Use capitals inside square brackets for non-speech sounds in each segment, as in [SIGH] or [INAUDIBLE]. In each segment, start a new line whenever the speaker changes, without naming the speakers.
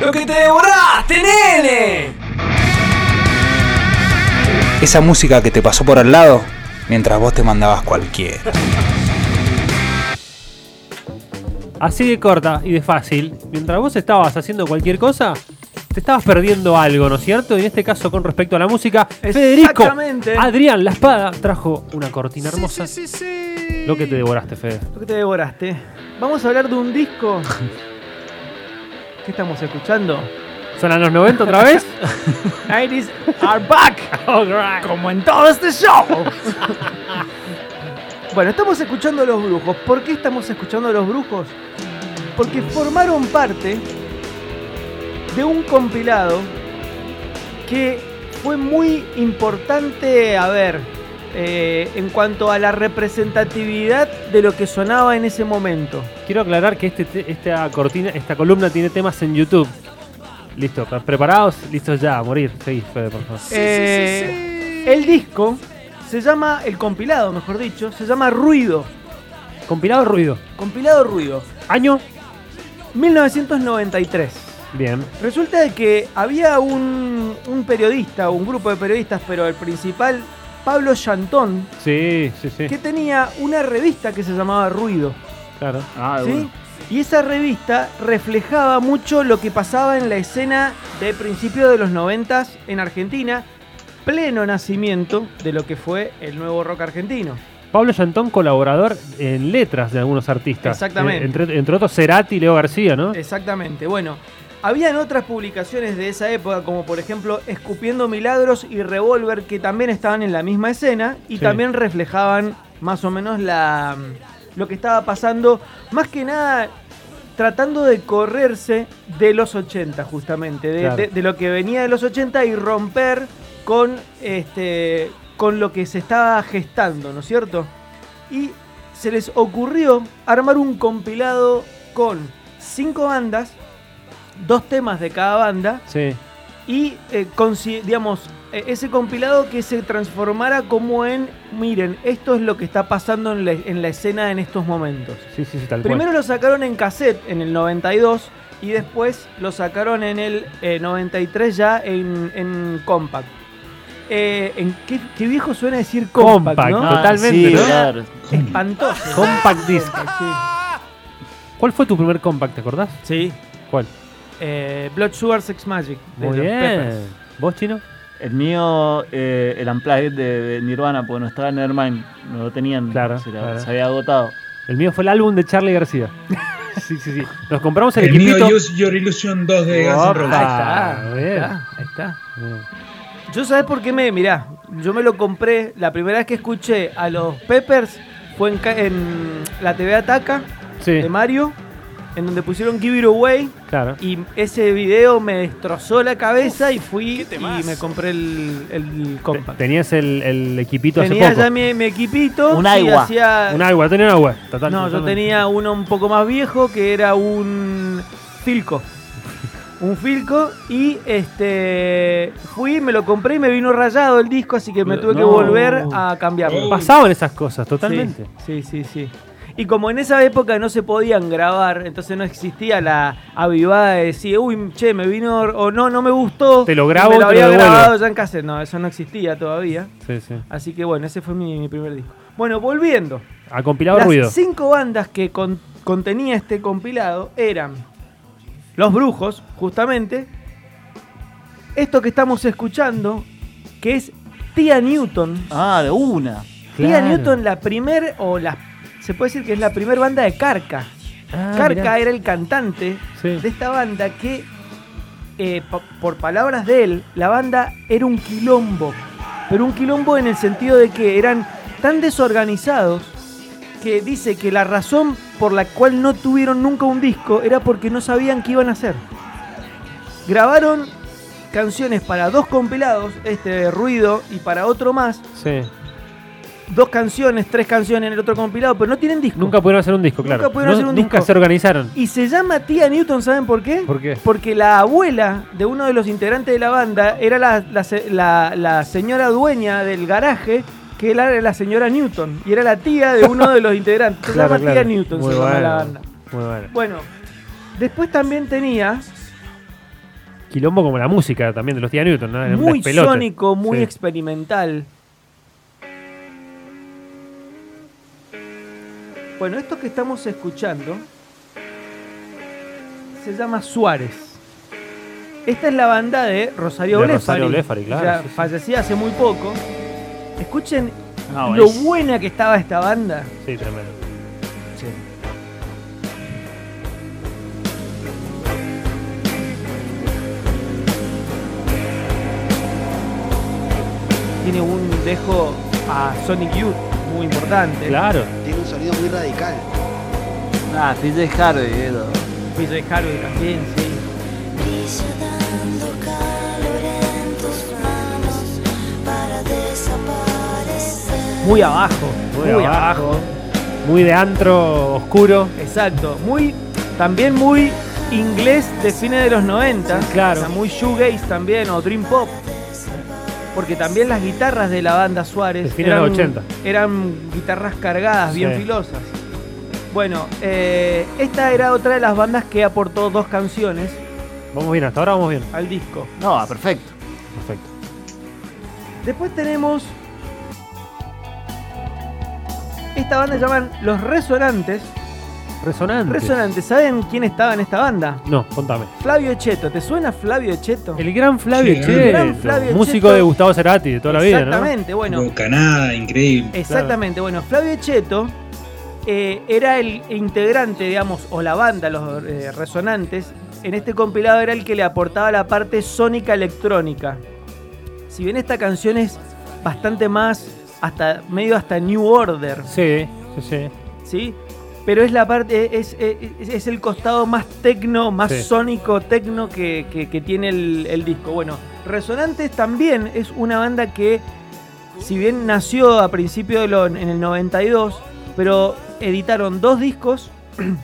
lo que te devoraste, nene.
Esa música que te pasó por al lado mientras vos te mandabas cualquiera.
Así de corta y de fácil, mientras vos estabas haciendo cualquier cosa, te estabas perdiendo algo, ¿no es cierto? Y en este caso, con respecto a la música, Federico
Exactamente.
Adrián La Espada trajo una cortina hermosa.
Sí, sí, sí.
Lo que te devoraste, Fede.
Lo que te devoraste. Vamos a hablar de un disco. ¿Qué estamos escuchando?
¿Son los 90 otra
[LAUGHS]
vez?
90s are back,
All right.
como en todo este show. bueno, estamos escuchando a los brujos. ¿Por qué estamos escuchando a los brujos? Porque formaron parte de un compilado que fue muy importante, a ver, eh, en cuanto a la representatividad de lo que sonaba en ese momento.
Quiero aclarar que este, te- esta cortina, esta columna tiene temas en YouTube. Listo, ¿pre- preparados, listos ya, a morir. Seguí, Fede, por favor.
Eh, El disco se llama, el compilado, mejor dicho, se llama Ruido.
Compilado ruido.
Compilado Ruido,
Año.
1993.
Bien.
Resulta de que había un, un periodista, un grupo de periodistas, pero el principal, Pablo Chantón,
Sí, sí, sí.
que tenía una revista que se llamaba Ruido.
Claro.
Ah,
¿sí? Y esa revista reflejaba mucho lo que pasaba en la escena de principios de los 90 en Argentina, pleno nacimiento de lo que fue el nuevo rock argentino.
Pablo Chantón, colaborador en letras de algunos artistas.
Exactamente.
Eh, Entre, entre otros, Cerati y Leo García, ¿no?
Exactamente. Bueno, habían otras publicaciones de esa época, como por ejemplo Escupiendo Milagros y Revolver, que también estaban en la misma escena y
Sí.
también reflejaban más o menos la, lo que estaba pasando, más que nada tratando de correrse de los 80 justamente, de,
Claro.
de- de lo que venía de los 80 y romper con, este, con lo que se estaba gestando, ¿no es cierto? y se les ocurrió armar un compilado con cinco bandas, dos temas de cada banda
Sí.
y eh, consi- digamos eh, ese compilado que se transformara como en miren esto es lo que está pasando en la, en la escena en estos momentos.
Sí, sí, sí, tal
Primero lo sacaron en cassette en el 92 y después lo sacaron en el eh, 93 ya en, en compact. Eh, en qué, qué viejo suena decir
cual.
compact,
Compact,
¿no? Ah,
totalmente,
sí,
¿no?
claro.
Espantoso.
Compact disc.
Sí.
¿Cuál fue tu primer compact, te acordás? ¿Cuál?
Eh, Blood Sugar Sex Magic. de
Muy
los
bien.
Peppers.
¿Vos, Chino?
El mío, eh, el Unplugged de, de Nirvana, porque no estaba en Nevermind, no lo tenían,
Claro,
se, la-
claro.
se había agotado.
El mío fue el álbum de Charlie
[LAUGHS]
García. Sí, sí, sí. Nos compramos el,
El mío
equipito.
Use Your Illusion 2 de Guns N'
Opa.
Roses.
Ah,
Ahí está,
bien.
ahí está, ahí está.
Bien.
Yo sabés por qué me. Mirá, yo me lo compré. La primera vez que escuché a los Peppers fue en, ca- en la TV Ataca
Sí,
de Mario, en donde pusieron Give It Away.
claro.
Y ese video me destrozó la cabeza y fui y me compré el, el
Te-
compact.
Tenías el, el equipito
Tenía
hace poco.
ya mi, mi equipito.
Un
y
agua,
hacía-
Un agua, tenía un agua. Total,
No, yo
totalmente.
tenía uno un poco más viejo que era un
[LAUGHS]
Filco. Un Filco y este fui, me lo compré y me vino rayado el disco, así que me tuve que
No.
volver a cambiarlo. Sí,
Pasaban esas cosas, totalmente.
Sí, sí, sí. Y como en esa época no se podían grabar, entonces no existía la avivada de decir, uy, che, me vino o no, no me gustó.
Te lo grabo
y me
y
lo
te lo
había
devuelvo.
grabado ya en cassette. No, eso no existía todavía.
Sí, sí.
Así que bueno, ese fue mi- mi primer disco. Bueno, volviendo.
A compilado
Las
Ah, ruido.
cinco bandas que con- contenía este compilado eran Los Brujos, justamente. Esto que estamos escuchando, que es Tía Newton.
Ah, de una.
Tía
Claro.
Newton, la primer, o la, se puede decir que es la primer banda de Carca.
Ah,
Carca
mirá.
era el cantante
Sí.
de esta banda que, eh, po- por palabras de él, la banda era un quilombo. Pero un quilombo en el sentido de que eran tan desorganizados que dice que la razón por la cual no tuvieron nunca un disco era porque no sabían qué iban a hacer. Grabaron canciones para dos compilados, este de ruido y para otro más,
Sí.
dos canciones, tres canciones en el otro compilado, pero no tienen disco.
Nunca pudieron hacer un disco, claro.
Nunca pudieron hacer un
nunca
disco.
se organizaron.
Y se llama Tía Newton, ¿saben por qué?
¿Por qué?
Porque la abuela de uno de los integrantes de la banda era la, la se- la- la señora dueña del garaje, que era la señora Newton. Y era la tía de uno de
[LAUGHS]
los integrantes. Se llama Tía Newton,
Muy
se llama
bueno,
la banda.
Muy bueno.
Bueno, después también tenía
quilombo como la música también de los Tía Newton, ¿no? Era Ah, un
Muy
despelote.
sónico, muy
Sí.
experimental. Bueno, esto que estamos escuchando se llama Suárez. Esta es la banda de Rosario
De
Blefari.
Rosario Blefari, claro,
Ya
sí, sí.
Fallecida hace muy poco. Escuchen
Ah,
lo
buenísimo.
buena que estaba esta banda.
Sí, tremendo.
Tiene un dejo a Sonic Youth muy importante.
Claro.
Tiene un sonido muy radical.
Ah, PJ Harvey, eh, lo-
PJ Harvey también, sí.
Brilla dando calor en tus manos para desaparecer.
Muy abajo. Muy,
Muy
abajo.
abajo. Muy de antro oscuro.
Exacto. Muy. También muy inglés de fines de los 90.
claro.
O sea, muy shoegaze también, o dream pop. Porque también las guitarras de la banda Suárez.
De fines de los 80.
Eran guitarras cargadas, bien
Sí.
filosas. Bueno, eh, esta era otra de las bandas que aportó dos canciones
Vamos bien, hasta ahora vamos bien.
al disco.
No, ah, perfecto.
Perfecto.
Después tenemos. Esta banda se llaman Los Resonantes.
Resonante.
Resonantes, ¿saben quién estaba en esta banda?
No, contame.
Flavio Echeto, ¿te suena Flavio Echeto?
El gran Flavio
Sí, el
Cheto,
gran Flavio
músico
Cheto.
de Gustavo Cerati de toda la vida, ¿no?
Exactamente, bueno.
Bocanada, increíble.
Exactamente, bueno, Flavio Echeto eh, era el integrante, digamos, o la banda, los eh, resonantes, en este compilado era el que le aportaba la parte sónica electrónica. Si bien esta canción es bastante más, hasta medio hasta New Order,
Sí, sí, sí.
¿sí? Pero es la parte, es, es- es el costado más tecno, más
Sí.
sónico tecno que, que- que tiene el, el disco. Bueno, Resonantes también es una banda que, si bien nació a principio de lo- en el 92, pero editaron dos discos. [CLEARS THROAT]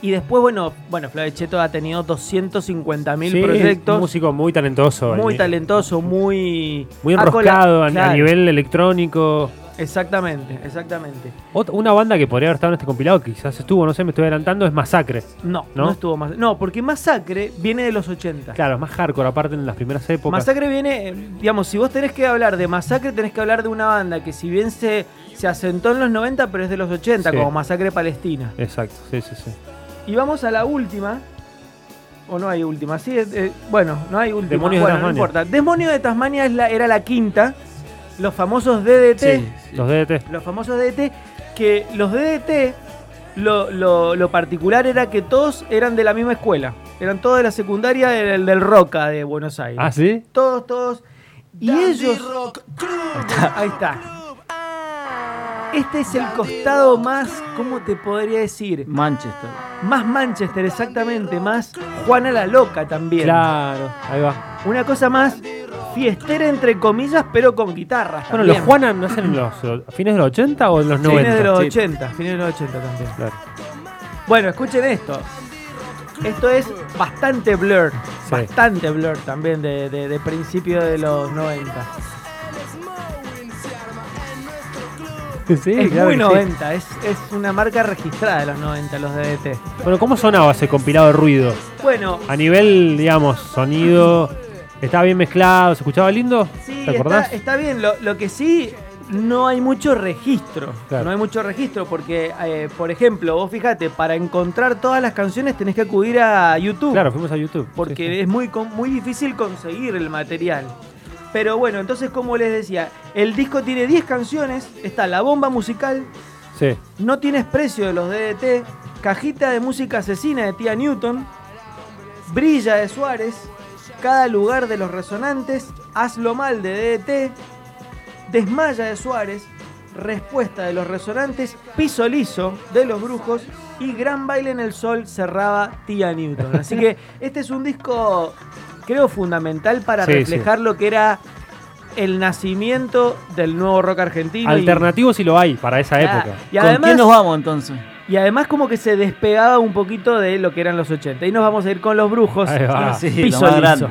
Y después, bueno, bueno, Flavio Cheto ha tenido 250.000
Sí,
proyectos.
Un músico muy talentoso.
muy
eh,
talentoso, muy...
Muy
ha cola-
enroscado a-
Claro,
a nivel electrónico.
Exactamente, exactamente.
Ot- una banda que podría haber estado en este compilado, que quizás estuvo, no sé, me estoy adelantando, es Masacre.
No, no,
¿No?
estuvo más. No, porque Masacre viene de los 80.
Claro, es más hardcore, aparte en las primeras épocas.
Masacre viene, eh, digamos, si vos tenés que hablar de Masacre, tenés que hablar de una banda que si bien se, se asentó en los 90, pero es de los 80,
Sí.
como Masacre Palestina.
Exacto, sí, sí, sí.
Y vamos a la última. O no hay última, sí, eh, eh, bueno, no hay última.
Demonios de
bueno, no
Tasmania.
importa. Demonio de Tasmania es la, era la quinta. Los famosos DDT.
Los DDT.
Los famosos DDT. Que los DDT, lo, lo- lo particular era que todos eran de la misma escuela. Eran todos de la secundaria del, del Roca de Buenos Aires.
Ah, sí.
Todos, todos. Y ellos. Ahí está. Este es el costado más, ¿cómo te podría decir?
Manchester.
Más Manchester, exactamente. Más Juana la Loca también.
Claro, ahí va.
Una cosa más fiestera, entre comillas, pero con guitarras.
Bueno,
también.
los Juanan nacen en los eh, fines de los 80 o en los 90.
Fines de los
sí.
80, fines de los 80 también.
Claro. [LAUGHS]
Bueno, escuchen esto. Esto es bastante blur. Bastante blur también de, de, de principio de los 90.
Sí,
es
claro
muy
que sí.
90, es, es una marca registrada de los 90, los DDT.
Bueno, ¿cómo sonaba ese compilado de ruido?
Bueno,
A nivel, digamos, sonido. Estaba bien mezclado, se escuchaba lindo.
sí,
¿Te
está,
acordás?
está bien. Lo, lo que sí, no hay mucho registro.
Claro.
No hay mucho registro porque, eh, por ejemplo, vos fijate, para encontrar todas las canciones tenés que acudir a YouTube.
Claro, fuimos a YouTube.
porque
Sí, sí.
es muy, con- muy difícil conseguir el material. Pero bueno, entonces como les decía, el disco tiene 10 canciones, está la bomba musical,
Sí.
No tienes precio de los DDT, Cajita de música asesina de Tía Newton, Brilla de Suárez, Cada lugar de los resonantes, Hazlo mal de DDT, Desmaya de Suárez, Respuesta de los resonantes, Piso liso de los brujos y Gran baile en el sol cerraba Tía Newton. Así que este es un disco creo fundamental para
Sí, sí.
reflejar lo que era el nacimiento del nuevo rock argentino. y-
Alternativo si lo hay para esa
Claro.
época.
Y
¿Con
además,
quién nos vamos entonces?
y además como que se despegaba un poquito de lo que eran los 80. Y nos vamos a ir con los brujos.
Ahí va.
Ahora sí,
Sí, lo
Piso
más
liso.
grande.